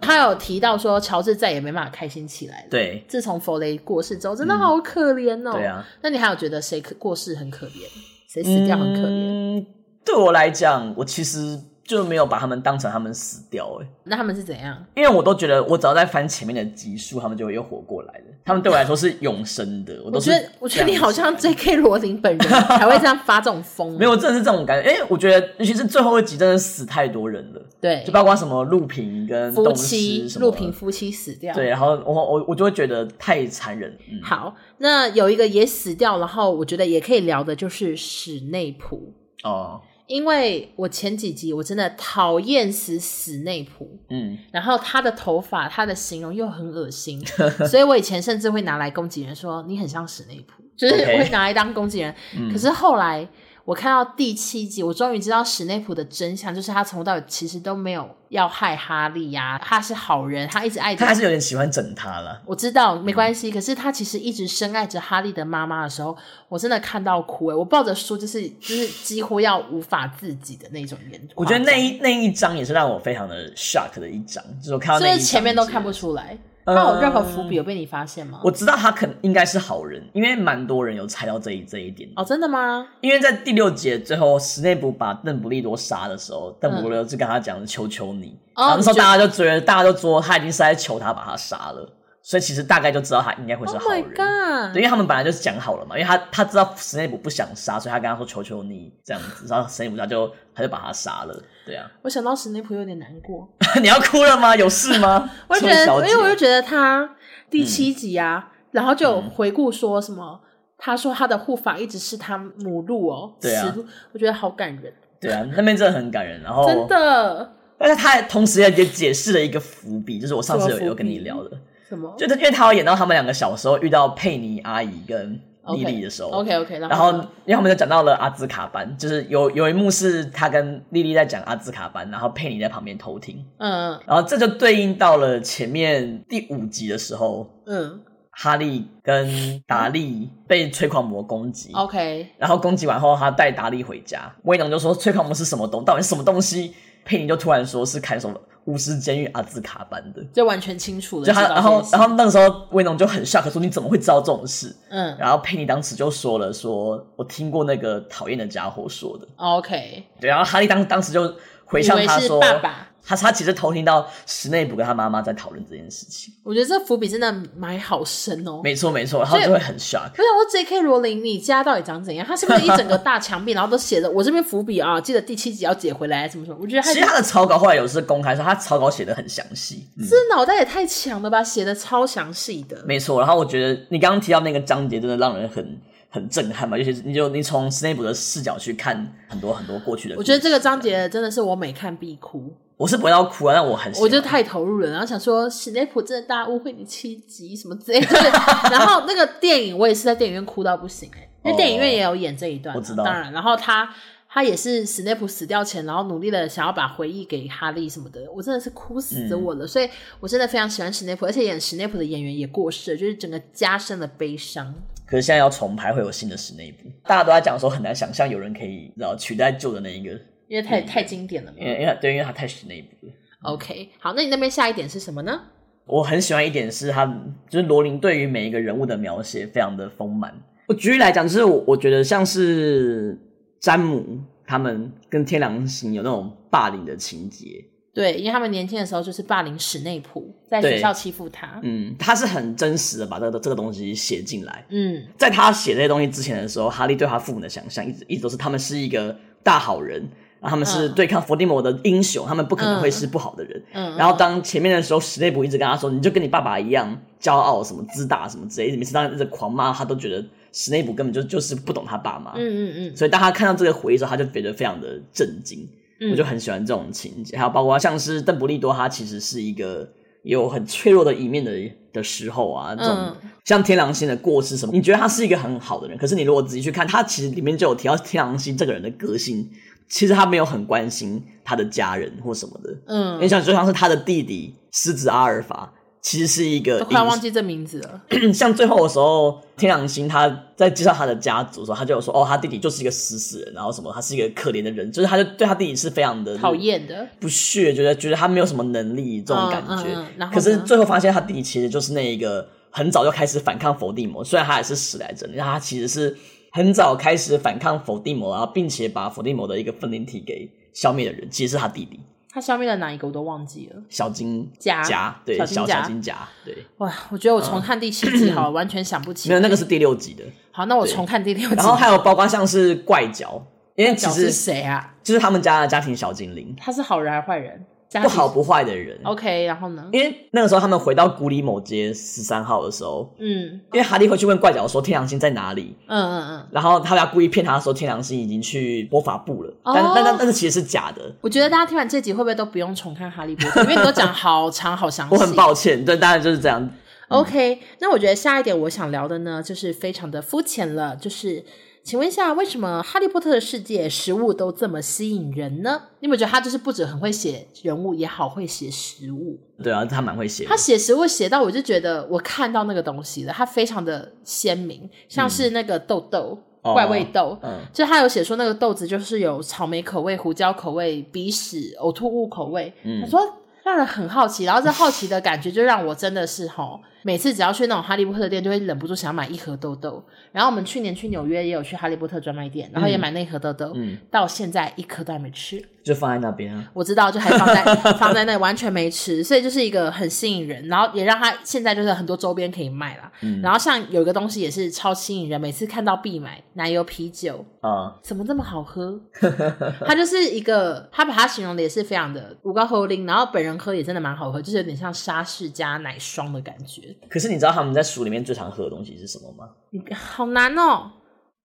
Speaker 1: 他有提到说，乔治再也没办法开心起来了。
Speaker 2: 对，嗯
Speaker 1: 自从弗雷过世之后，真的好可怜哦。
Speaker 2: 对啊，
Speaker 1: 那你还有觉得谁可过世很可怜，谁死掉很可怜？
Speaker 2: 嗯，对我来讲，我其实就没有把他们当成他们死掉、欸，
Speaker 1: 那他们是怎样？
Speaker 2: 因为我都觉得我只要在翻前面的集数，他们就会又活过来了。他们对我来说是永生的，我
Speaker 1: 我
Speaker 2: 都是
Speaker 1: 觉得，我觉得你好像
Speaker 2: 这样
Speaker 1: J.K. 罗琳本人才会这样发这种疯。
Speaker 2: 没有，真的是这种感觉。哎、我觉得尤其是最后一集，真的死太多人了，
Speaker 1: 对
Speaker 2: 就，包括什么陆平跟
Speaker 1: 夫
Speaker 2: 动
Speaker 1: 妻
Speaker 2: 师什么
Speaker 1: 陆平夫妻死掉。
Speaker 2: 对，然后我我我就会觉得太残忍。嗯，
Speaker 1: 好，那有一个也死掉，然后我觉得也可以聊的就是史内普，
Speaker 2: 哦，
Speaker 1: 因为我前几集我真的讨厌死史内普，
Speaker 2: 嗯，
Speaker 1: 然后他的头发、他的形容又很恶心， 所以我以前甚至会拿来攻击人说你很像史内 普，就是
Speaker 2: OK 嗯
Speaker 1: 会拿来当攻击人。可是后来我看到第七集，我终于知道史内普的真相，就是他从头到尾其实都没有要害哈利呀、他是好人，他一直爱着
Speaker 2: 他还是有点喜欢整他了。
Speaker 1: 我知道没
Speaker 2: 嗯
Speaker 1: 关系，可是他其实一直深爱着哈利的妈妈的时候，我真的看到哭欸诶、我抱着书就是就是几乎要无法自己的那种眼。
Speaker 2: 我觉得那一那一章也是让我非常的 shock 的一章，就是我看到
Speaker 1: 所
Speaker 2: 那一
Speaker 1: 以
Speaker 2: 章
Speaker 1: 前面都
Speaker 2: 节
Speaker 1: 看不出来，
Speaker 2: 嗯
Speaker 1: 他有任何伏笔有被你发现吗？
Speaker 2: 我知道他肯应该是好人，因为蛮多人有猜到这一这一点。
Speaker 1: 哦，真的吗？
Speaker 2: 因为在第六节最后，史内普把邓布利多杀的时候，邓布利多就跟他讲：“求求你。
Speaker 1: 哦
Speaker 2: 然后那时候
Speaker 1: 你觉得
Speaker 2: 大家就觉得，大家都说他已经是在求他把他杀了，所以其实大概就知道他应该会是
Speaker 1: Oh
Speaker 2: 好
Speaker 1: my
Speaker 2: 人。
Speaker 1: god！
Speaker 2: 对，因为他们本来就是讲好了嘛，因为他他知道史内普不想杀，所以他跟他说：“求求你。”这样子，然后史内普他就他就把他杀了。对啊，
Speaker 1: 我想到史内普有点难过，
Speaker 2: 你要哭了吗？有事吗？
Speaker 1: 我就觉
Speaker 2: 这位
Speaker 1: 得，
Speaker 2: 小姐嗯
Speaker 1: 因为我就觉得他第七集啊，然后就有回顾说什么，他说他的护法一直是他母鹿哦，
Speaker 2: 对啊哦
Speaker 1: 雌鹿，我觉得好感人，
Speaker 2: 对啊，那边真的很感人。然后
Speaker 1: 真的。
Speaker 2: 但是他还同时也解释了一个伏笔，就是我上次
Speaker 1: 什么
Speaker 2: 有
Speaker 1: 伏笔
Speaker 2: 有跟你聊的，
Speaker 1: 什么？
Speaker 2: 就是因为他有演到他们两个小时候遇到佩妮阿姨跟莉
Speaker 1: OK
Speaker 2: 莉的时候
Speaker 1: OK OK，然
Speaker 2: 然后
Speaker 1: 呢
Speaker 2: 因为他们就讲到了阿兹卡班，就是有有一幕是他跟莉莉在讲阿兹卡班，然后佩妮在旁边偷听，
Speaker 1: 嗯
Speaker 2: 然后这就对应到了前面第五集的时候，
Speaker 1: 嗯
Speaker 2: 哈利跟达利被吹狂魔攻击。
Speaker 1: ，OK，
Speaker 2: 然后攻击完后，他带达利回家。威农就说：“催狂魔是什么东？到底是什么东西？”佩妮就突然说：“是看守巫师监狱阿兹卡班的。
Speaker 1: 就完全清楚”了。
Speaker 2: 就他，
Speaker 1: 知道
Speaker 2: 然后
Speaker 1: 这件，事
Speaker 2: 然后那个时候威农就很 shock，说：“你怎么会知道这种事？”
Speaker 1: 嗯
Speaker 2: 然后佩妮当时就说了说：“我听过那个讨厌的家伙说的。
Speaker 1: ，OK，”
Speaker 2: 对，然后哈利当当时就回
Speaker 1: 以
Speaker 2: 向
Speaker 1: 为
Speaker 2: 他
Speaker 1: 是
Speaker 2: 说：“
Speaker 1: 爸爸。
Speaker 2: 他他其实偷听到史内普跟他妈妈在讨论这件事情。
Speaker 1: 我觉得这伏笔真的埋好深哦。
Speaker 2: 没错没错，然后
Speaker 1: 所以
Speaker 2: 就会很 shock。
Speaker 1: 我想说，J.K. 罗琳，你家到底长怎样？他是不是一整个大墙壁，然后都写着我这边伏笔啊，记得第七集要解回来，什么什么？我觉得他
Speaker 2: 其实他的草稿后来有是公开说，他草稿写的很详细。嗯
Speaker 1: 这脑袋也太强了吧，写的超详细的。
Speaker 2: 没错，然后我觉得你刚刚提到那个章节，真的让人很很震撼吧，尤其是你就你从 Snape 的视角去看很多很多过去的故
Speaker 1: 我
Speaker 2: 事，
Speaker 1: 觉得这个章节真的是我每看必哭，
Speaker 2: 我是不会要哭啊，但我很喜欢
Speaker 1: 我就太投入了，然后想说史内普真的大误会你七集什么之类的，就是 然后那个电影我也是在电影院哭到不行哎、因为电影院也有演这一段嘛、啊
Speaker 2: 我知道
Speaker 1: 当然，然后他他也是史内普死掉前，然后努力的想要把回忆给哈利什么的，我真的是哭死我了，所以我真的非常喜欢史内普，而且演史内普的演员也过世了，就是整个加深了悲伤。
Speaker 2: 可是现在要重拍会有新的 Snape，大家都在讲说很难想象有人可以然后取代旧的那一个，
Speaker 1: 因为太太经典了嘛
Speaker 2: 因。为因为对，因为他太 Snape 了。
Speaker 1: OK，好，那你那边下一点是什么呢？
Speaker 2: 我很喜欢一点是他，就是罗琳对于每一个人物的描写非常的丰满。我举例来讲，就是我我觉得像是詹姆他们跟天狼星有那种霸凌的情节，
Speaker 1: 对，因为他们年轻的时候就是霸凌史内普，在
Speaker 2: 对
Speaker 1: 学校欺负他。
Speaker 2: 嗯，他是很真实的把这个这个东西写进来。
Speaker 1: 嗯，
Speaker 2: 在他写这些东西之前的时候，哈利对他父母的想象一直一直都是他们是一个大好人，然后他们是
Speaker 1: 嗯
Speaker 2: 对抗伏地魔的英雄，他们不可能会是不好的人。
Speaker 1: 嗯
Speaker 2: 然后当前面的时候，史内普一直跟他说：“你就跟你爸爸一样骄傲，什么自大什么之类的，每次他一直狂骂，他都觉得史内普根本就就是不懂他爸妈，
Speaker 1: 嗯嗯
Speaker 2: 所以当他看到这个回忆的时候，他就觉得非常的震惊。
Speaker 1: 嗯，
Speaker 2: 我就很喜欢这种情节，还有包括像是邓布利多，他其实是一个也有很脆弱的一面的的时候啊，这种、
Speaker 1: 嗯
Speaker 2: 像天狼星的过世什么，你觉得他是一个很好的人，可是你如果仔细去看，他其实里面就有提到天狼星这个人的个性，其实他没有很关心他的家人或什么的，因为
Speaker 1: 嗯，
Speaker 2: 像就像是他的弟弟狮子阿尔法，其实是一个
Speaker 1: 都快要
Speaker 2: 隐
Speaker 1: 忘记这名字了。
Speaker 2: 嗯像最后的时候，天狼星他在介绍他的家族的时候，他就有说，哦，他弟弟就是一个死死人，然后什么，他是一个可怜的人，就是他就对他弟弟是非常的
Speaker 1: 讨厌的
Speaker 2: 不屑，觉得觉得他没有什么能力这种感觉。
Speaker 1: 嗯嗯嗯然后呢
Speaker 2: 可是最后发现他弟弟其实就是那一个很早就开始反抗伏地魔，虽然他也是史莱哲林，但他其实是很早开始反抗伏地魔，然后并且把伏地魔的一个分灵体给消灭的人，其实是他弟弟
Speaker 1: 他消灭了哪一个我都忘记了。
Speaker 2: 小金
Speaker 1: 夹
Speaker 2: 夹，对，
Speaker 1: 小
Speaker 2: 小
Speaker 1: 金
Speaker 2: 小
Speaker 1: 夹
Speaker 2: 金夹，对，
Speaker 1: 哇，我觉得我重看第七集好了，完全想不起
Speaker 2: 嗯没。有那个是第六集的。
Speaker 1: 好，那我
Speaker 2: 对
Speaker 1: 重看第六集。
Speaker 2: 然后还有包括像是怪角，因为其
Speaker 1: 角是
Speaker 2: 实
Speaker 1: 谁啊？
Speaker 2: 就是他们家的家庭小精灵，
Speaker 1: 他是好人还是坏人？家哦
Speaker 2: 不
Speaker 1: 里
Speaker 2: 好。不坏的人。
Speaker 1: OK，然后呢？
Speaker 2: 因为那个时候他们回到古里某街十三号的时候，
Speaker 1: 嗯
Speaker 2: 因为哈利会去问怪角说天狼星在哪里，
Speaker 1: 嗯嗯嗯，
Speaker 2: 然后他们要故意骗他说天狼星已经去魔法部了，但
Speaker 1: 哦
Speaker 2: 但但但是其实是假的。
Speaker 1: 我觉得大家听完这集会不会都不用重看《哈利波特》，因为你都讲好长好详细。
Speaker 2: 我很抱歉，对，当然就是这样。
Speaker 1: OK，那我觉得下一点我想聊的呢，就是非常的肤浅了，就是请问一下，为什么《哈利波特》的世界食物都这么吸引人呢？你有没有觉得他就是不止很会写人物，也好会写食物？
Speaker 2: 对啊，他蛮会写的
Speaker 1: 他。写食物写到我就觉得我看到那个东西了，他非常的鲜明，像是那个豆豆、
Speaker 2: 哦
Speaker 1: 怪味豆。
Speaker 2: 嗯，
Speaker 1: 就他有写说那个豆子就是有草莓口味、胡椒口味、鼻屎、呕吐物口味。
Speaker 2: 嗯
Speaker 1: 他说让人很好奇，然后这好奇的感觉就让我真的是 吼，每次只要去那种哈利波特店，就会忍不住想买一盒豆豆。然后我们去年去纽约也有去哈利波特专卖店，然后也买那一盒豆豆，
Speaker 2: 嗯
Speaker 1: 到现在一颗都还没吃。
Speaker 2: 就放在那边啊。
Speaker 1: 我知道，就还放在 放在那，完全没吃，所以就是一个很吸引人，然后也让他现在就是很多周边可以卖啦。
Speaker 2: 嗯
Speaker 1: 然后像有一个东西也是超吸引人，每次看到必买奶油啤酒，
Speaker 2: 啊、
Speaker 1: 怎么这么好喝？ 它就是一个，他把它形容的也是非常的五高喉铃，然后本人喝也真的蛮好喝，就是有点像沙士加奶霜的感觉。
Speaker 2: 可是你知道他们在书里面最常喝的东西是什么吗？
Speaker 1: 你好难哦，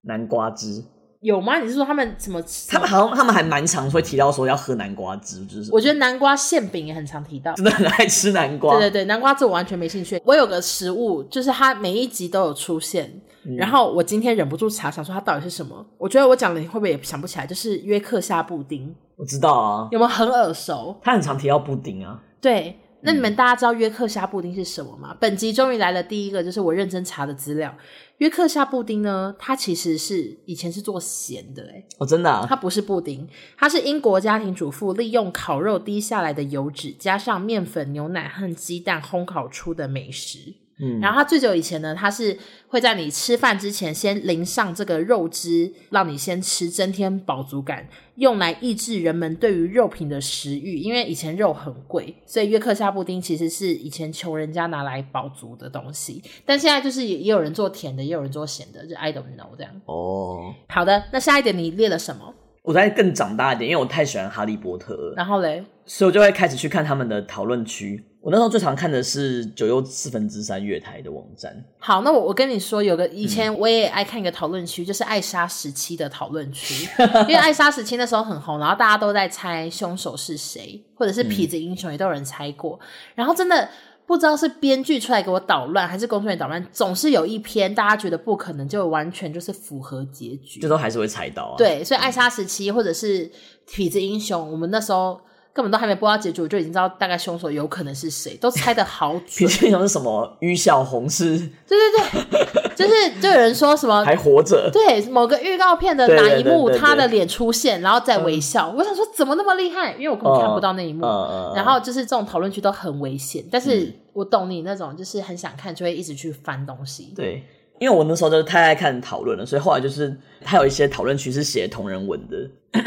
Speaker 2: 南瓜汁。
Speaker 1: 有吗？你是说他们怎么？
Speaker 2: 他们好像他们还蛮常会提到说要喝南瓜汁，就是
Speaker 1: 我觉得南瓜馅饼也很常提到，
Speaker 2: 真的很爱吃南瓜。
Speaker 1: 对对对，南瓜这我完全没兴趣。我有个食物，就是它每一集都有出现，
Speaker 2: 嗯
Speaker 1: 然后我今天忍不住查，想说它到底是什么。我觉得我讲了，你会不会也想不起来？就是约克夏布丁，
Speaker 2: 我知道啊，
Speaker 1: 有没有很耳熟？
Speaker 2: 他很常提到布丁啊，
Speaker 1: 对。那你们大家知道约克夏布丁是什么吗？本集终于来了第一个，就是我认真查的资料。约克夏布丁呢，它其实是以前是做咸的、欸，
Speaker 2: 哦，真的、啊，
Speaker 1: 它不是布丁，它是英国家庭主妇利用烤肉滴下来的油脂，加上面粉、牛奶和鸡蛋烘烤出的美食。
Speaker 2: 嗯
Speaker 1: 然后它最久以前呢，它是会在你吃饭之前先淋上这个肉汁，让你先吃，增添饱足感，用来抑制人们对于肉品的食欲。因为以前肉很贵，所以约克夏布丁其实是以前穷人家拿来饱足的东西。但现在就是也也有人做甜的，也有人做咸的，就 I don't know 这样。
Speaker 2: 哦，
Speaker 1: 好的，那下一点你列了什么？
Speaker 2: 我在更长大一点，因为我太喜欢哈利波特了，
Speaker 1: 然后嘞，
Speaker 2: 所以我就会开始去看他们的讨论区。我那时候最常看的是九又四分之三月台的网站，
Speaker 1: 好，那我我跟你说，有个以前我也爱看一个讨论区，就是艾莎时期的讨论区，因为艾莎时期那时候很红，然后大家都在猜凶手是谁，或者是痞子英雄也都有人猜过，然后真的。不知道是编剧出来给我捣乱，还是工作人员捣乱，总是有一篇大家觉得不可能，就完全就是符合结局
Speaker 2: 就。都还是会猜到啊。，
Speaker 1: 对，所以艾莎时期或者是痞子英雄，我们那时候根本都还没播到结局，我就已经知道大概凶手有可能是谁，都猜的好
Speaker 2: 皮
Speaker 1: 准。
Speaker 2: 皮熊是什么？于小 红是
Speaker 1: 对对对，就是就有人说什么
Speaker 2: 还活 着，
Speaker 1: 对某个预告片的
Speaker 2: 对
Speaker 1: 哪
Speaker 2: 对
Speaker 1: 一
Speaker 2: 对
Speaker 1: 幕，
Speaker 2: 对
Speaker 1: 他
Speaker 2: 对嗯
Speaker 1: 的脸出现，然后再微笑。我想说怎么那么厉害，因为我根本看不到那一幕。
Speaker 2: 呃，
Speaker 1: 然后就是这种讨论区都很危险，但是
Speaker 2: 嗯
Speaker 1: 我懂你那种，就是很想看就会一直去翻东 西。
Speaker 2: 对，因为我那时候就是太爱看讨论了，所以后来就是还有一些讨论区是写同人文的，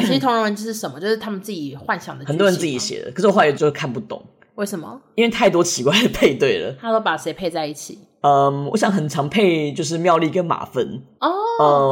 Speaker 1: 其实同人文就是什么，就是他们自己幻想的，
Speaker 2: 很多人自己。写的，
Speaker 1: 嗯
Speaker 2: 可是我后来就看不懂，
Speaker 1: 为什么
Speaker 2: 因为太多奇怪的配对了。
Speaker 1: 他都把谁配在一起？
Speaker 2: 嗯，我想很常配就是妙丽跟马粪，
Speaker 1: 哦，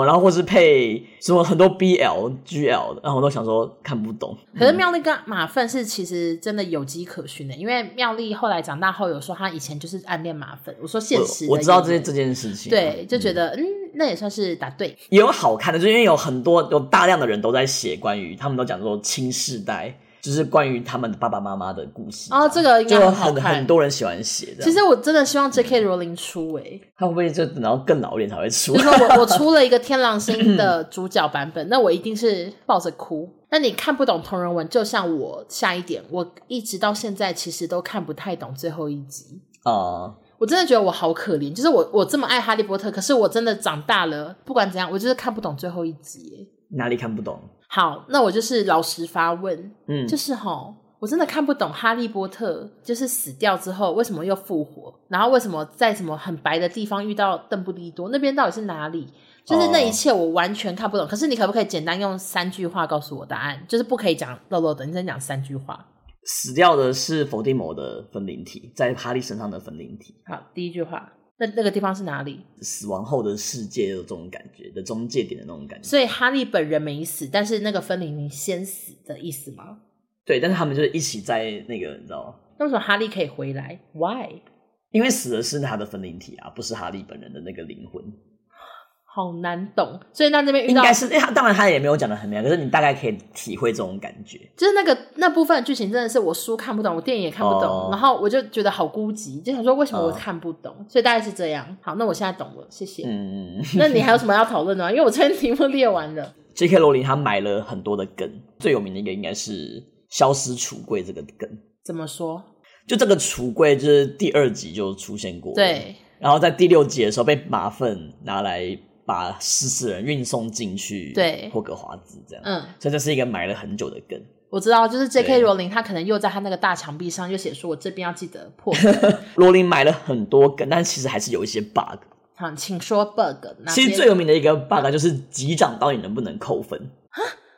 Speaker 2: 嗯，然后或是配什么很多 BL、GL 的，然后我都想说看不懂。
Speaker 1: 可是妙丽跟马粪是其实真的有迹可循的，因为妙丽后来长大后有说她以前就是暗恋马粪。我说现实的
Speaker 2: 嗯我我知道这
Speaker 1: 演员
Speaker 2: 这件事情、啊，
Speaker 1: 对，就觉得嗯那也算是答对。
Speaker 2: 也有好看的，就是因为有很多有大量的人都在写关于他们都讲说青世代，就是关于他们的爸爸妈妈的故事
Speaker 1: 哦，这个应
Speaker 2: 就
Speaker 1: 该很好
Speaker 2: 很很
Speaker 1: 看。
Speaker 2: 多人喜欢写这
Speaker 1: 其
Speaker 2: 样。嗯
Speaker 1: 实我真的希望 J.K. 罗琳出诶、
Speaker 2: 他会不会就等到更老一点才会出
Speaker 1: 就？是说我我 出了一个天狼星的主角版本，那我一定是抱着哭。那你看不懂同人文，就像我下一点，我一直到现在其实都看不太懂最后一集。
Speaker 2: 啊、
Speaker 1: 我真的觉得我好可怜，就是我我这么爱哈利波特，可是我真的长大了，不管怎样，我就是看不懂最后一集耶。
Speaker 2: 哪里看不懂？
Speaker 1: 好，那我就是老实发问，
Speaker 2: 嗯，
Speaker 1: 就是吼，我真的看不懂哈利波特，就是死掉之后为什么又复活，然后为什么在什么很白的地方遇到邓布利多，那边到底是哪里？就是那一切我完全看不懂。可是你可不可以简单用三句话告诉我答案？就是不可以讲漏漏的，你只能讲三句话。
Speaker 2: 死掉的是伏地魔的分灵体，在哈利身上的分灵体，
Speaker 1: 好，第一句话，那那个地方是哪里？
Speaker 2: 死亡后的世界有这种感觉的中界点的那种感觉。
Speaker 1: 所以哈利本人没死，但是那个分灵灵先死的意思吗？
Speaker 2: 对，但是他们就是一起在那个，你知道吗？
Speaker 1: 那为什么哈利可以回来？Why？
Speaker 2: 因为死的是他的分灵体啊，不是哈利本人的那个灵魂。
Speaker 1: 好难懂。所以那那边遇
Speaker 2: 应
Speaker 1: 到
Speaker 2: 该是，因为他当然他也没有讲的很明白，可是你大概可以体会这种感觉。
Speaker 1: 就是那个那部分剧情真的是我书看不懂，我电影也看不懂，
Speaker 2: 哦
Speaker 1: 然后我就觉得好孤寂，就想说为什么我
Speaker 2: 哦
Speaker 1: 看不懂，所以大概是这样。好，那我现在懂了，谢谢。
Speaker 2: 嗯
Speaker 1: 那你还有什么要讨论的吗？因为我这边题目列完了。
Speaker 2: ，J.K. 罗琳他埋了很多的梗，最有名的一个应该是消失橱柜这个梗。
Speaker 1: 怎么说？
Speaker 2: 就这个橱柜，就是第二集就出现过，。
Speaker 1: 对，
Speaker 2: 然后在第六集的时候被马粪拿来把失事人运送进去，
Speaker 1: 对
Speaker 2: 霍格华兹这样。
Speaker 1: 嗯，
Speaker 2: 所以这是一个埋了很久的梗。
Speaker 1: 我知道，就是 J.K.
Speaker 2: 对
Speaker 1: 罗琳，她可能又在她那个大墙壁上又写说，我这边要记得破梗。
Speaker 2: 罗琳埋了很多梗，但其实还是有一些 bug。
Speaker 1: 好，请说 bug 哪
Speaker 2: 其
Speaker 1: 些
Speaker 2: 实最有名的一个 bug 就是级长到底能不能扣分，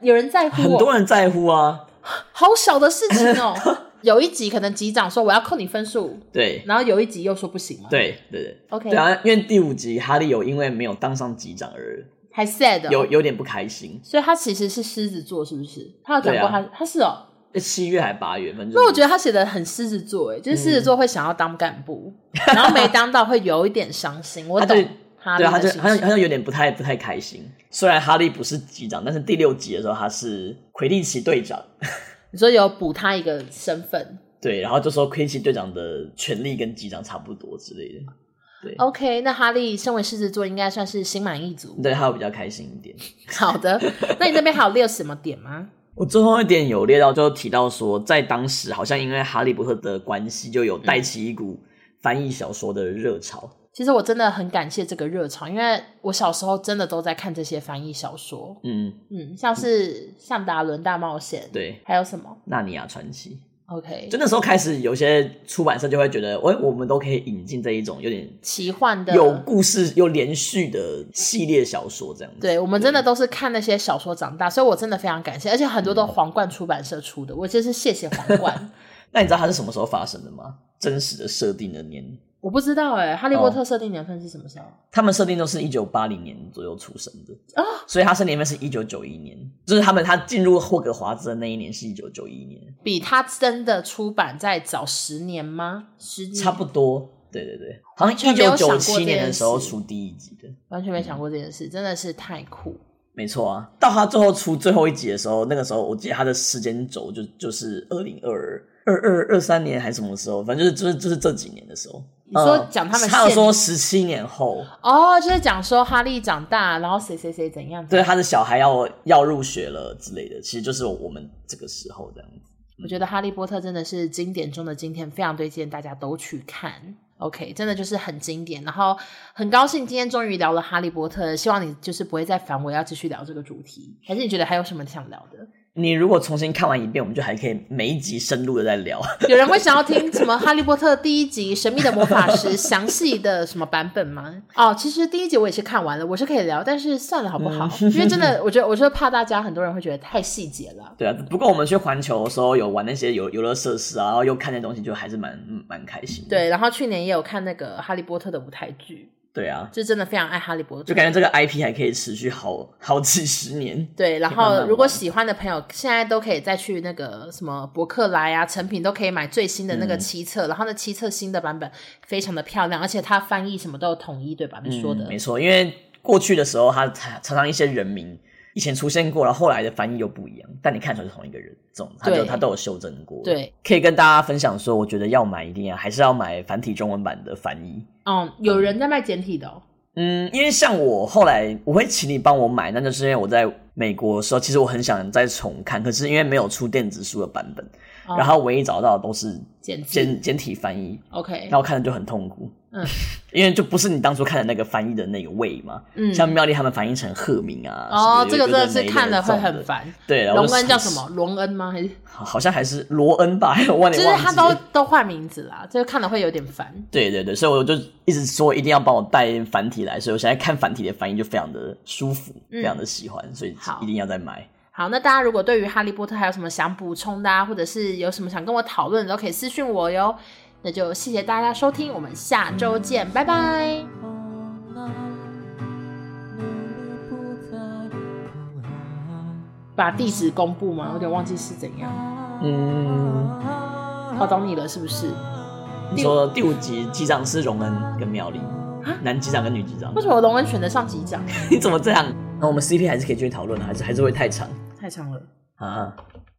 Speaker 1: 有人在乎
Speaker 2: 很
Speaker 1: 我，
Speaker 2: 多人在乎啊。
Speaker 1: 好小的事情哦。有一集可能级长说我要扣你分数，
Speaker 2: 对
Speaker 1: 然后有一集又说不行嘛。
Speaker 2: 对对对。
Speaker 1: ，OK，
Speaker 2: 对啊，因为第五集哈利有因为没有当上级长而
Speaker 1: 还 sad 哦
Speaker 2: 有有点不开心，
Speaker 1: 所以他其实是狮子座，是不是？他有讲过
Speaker 2: 对啊
Speaker 1: 他、他是哦。
Speaker 2: 七月还八月，反正
Speaker 1: 那我觉得他写的很狮子座，哎，就是狮子座会想要当干部，然后没当到会有一点伤心。我
Speaker 2: 嗯他
Speaker 1: 懂
Speaker 2: 对
Speaker 1: 哈利
Speaker 2: 对啊，他就
Speaker 1: 的
Speaker 2: 好
Speaker 1: 心
Speaker 2: 像好
Speaker 1: 情。
Speaker 2: 像有点不太不太开心。虽然哈利不是机长，但是第六集的时候他是魁地奇队长，
Speaker 1: 你说有补他一个身份
Speaker 2: 对，然后就说魁地奇队长的权力跟机长差不多之类的，对
Speaker 1: ，OK？那哈利身为狮子座，应该算是心满意足。
Speaker 2: 对，他会比较开心一点。
Speaker 1: 好的，那你那边还有列什么点吗？
Speaker 2: 我最后一点有列到，就提到说，在当时好像因为哈利波特的关系，就有带起一股翻译小说的热潮。
Speaker 1: 其实我真的很感谢这个热潮，因为我小时候真的都在看这些翻译小说，
Speaker 2: 嗯，
Speaker 1: 嗯，像是《向达伦大冒险》，，
Speaker 2: 对，
Speaker 1: 还有什么
Speaker 2: 《纳尼亚啊传奇》
Speaker 1: ？OK，
Speaker 2: 就那时候开始，有些出版社就会觉得，喂，我们都可以引进这一种有点
Speaker 1: 奇幻的
Speaker 2: 有故事、有连续的系列小说这样子。
Speaker 1: 对，我们真
Speaker 2: 嗯
Speaker 1: 的都是看那些小说长大，所以我真的非常感谢，而且很多
Speaker 2: 嗯
Speaker 1: 都皇冠出版社出的，我真是谢谢皇冠。
Speaker 2: 那你知道它是什么时候发生的吗？真实的设定的年，
Speaker 1: 我不知道哎、哈利波
Speaker 2: 哦
Speaker 1: 特设定年份是什么时候？啊
Speaker 2: 他们设定都是一九八零年左右出生的啊，所以他生年份是一九九一年，就是他们他进入霍格华兹的那一年是一九九一年，
Speaker 1: 比他真的出版再早十年吗？十年
Speaker 2: 差不多。对对对，好像
Speaker 1: 全
Speaker 2: 一
Speaker 1: 没有
Speaker 2: 九
Speaker 1: 想过
Speaker 2: 九
Speaker 1: 这件事
Speaker 2: 七年的时候出第一集的，
Speaker 1: 完全没想过这件事，真的是太酷。
Speaker 2: 没错啊。到他最后出最后一集的时候，那个时候我记得他的时间轴就就是二零二二二二三年还是什么时候，反正就是就是就是这几年的时候。
Speaker 1: 你说
Speaker 2: 嗯
Speaker 1: 讲他们
Speaker 2: 他有
Speaker 1: 现
Speaker 2: 说十七年后，
Speaker 1: 哦，就是讲说哈利长大，然后谁谁谁怎样？
Speaker 2: 对，他的小孩要要入学了之类的，其实就是我们这个时候这样子。
Speaker 1: 我觉得《哈利波特》真的是经典中的经典，非常推荐大家都去看。OK，真的就是很经典。然后很高兴今天终于聊了《哈利波特》，希望你就是不会再烦我要继续聊这个主题，还是你觉得还有什么想聊的？
Speaker 2: 你如果重新看完一遍，我们就还可以每一集深入的再聊。
Speaker 1: 有人会想要听什么《哈利波特》第一集《神秘的魔法石》详细的什么版本吗？哦，其实第一集我也是看完了，我是可以聊，但是算了好不好？因为真的，我觉得我就怕大家很多人会觉得太细节了。
Speaker 2: 对啊，不过我们去环球的时候有玩那些游游乐设施啊，然后又看那东西，就还是蛮嗯蛮开心的。
Speaker 1: 对，然后去年也有看那个《哈利波特》的舞台剧，
Speaker 2: 对啊，
Speaker 1: 就真的非常爱《哈利波特》，
Speaker 2: 就感觉这个 IP 还可以持续好好几十年。
Speaker 1: 对，然
Speaker 2: 可以慢慢
Speaker 1: 后如果
Speaker 2: 玩
Speaker 1: 喜欢的朋友，现在都可以再去那个什么博客来啊，成品都可以买最新的那个
Speaker 2: 嗯
Speaker 1: 七册，然后那 七册新的版本非常的漂亮，而且它翻译什么都有统一，对吧？你说的，
Speaker 2: 嗯没错，因为过去的时候，他常常常一些人名以前出现过，然后后来的翻译又不一样，但你看出来是同一个人，这种他就
Speaker 1: 对
Speaker 2: 他都有修正过。
Speaker 1: 对，
Speaker 2: 可以跟大家分享说，我觉得要买一定要还是要买繁体中文版的翻译。
Speaker 1: 嗯，有人在卖简体的、哦，
Speaker 2: 嗯，因为像我后来我会请你帮我买，那就是因为我在美国的时候，其实我很想再重看，可是因为没有出电子书的版本，
Speaker 1: 哦
Speaker 2: 然后唯一找到的都是
Speaker 1: 简体
Speaker 2: 简简体翻译，
Speaker 1: OK，
Speaker 2: 那我看的就很痛苦。
Speaker 1: 嗯，
Speaker 2: 因为就不是你当初看的那个翻译的那个味嘛，
Speaker 1: 嗯，
Speaker 2: 像妙丽他们翻译成赫敏啊，
Speaker 1: 哦，
Speaker 2: 是
Speaker 1: 这
Speaker 2: 不
Speaker 1: 个
Speaker 2: 是
Speaker 1: 真的
Speaker 2: 有一
Speaker 1: 是
Speaker 2: 堆
Speaker 1: 看
Speaker 2: 了
Speaker 1: 了会很。烦。
Speaker 2: 对，然后
Speaker 1: 龙
Speaker 2: 就
Speaker 1: 恩叫什么？龙恩吗？还是
Speaker 2: 好？好像还是罗恩吧， 我忘
Speaker 1: 就
Speaker 2: 了
Speaker 1: 是
Speaker 2: 忘
Speaker 1: 他
Speaker 2: 记
Speaker 1: 都
Speaker 2: 了
Speaker 1: 都换名字啦，这个看了会有点烦。
Speaker 2: 对对对，所以我就一直说一定要帮我带繁体来，所以我现在看繁体的翻译就非常的舒服，
Speaker 1: 嗯
Speaker 2: 非常的喜欢，所以
Speaker 1: 好
Speaker 2: 一定要再买。
Speaker 1: 好，那大家如果对于《哈利波特》还有什么想补充的、啊，或者是有什么想跟我讨论的，都可以私讯我哟。那就谢谢大家收听，我们下周见，拜拜。
Speaker 3: 风浪，努力不再苦
Speaker 1: 把地址公布吗？我有点忘记是怎样。
Speaker 3: 啊。
Speaker 2: 嗯，
Speaker 1: 我懂你了，是不是？
Speaker 2: 你说第五集机长是荣恩跟妙丽，
Speaker 1: 啊
Speaker 2: 男机长跟女机长
Speaker 1: 为，什么龙恩选得上机长？
Speaker 2: 你怎么这样？那我们 CP 还是可以继续讨论的，还是还是会太长
Speaker 1: 太长了。
Speaker 2: 啊？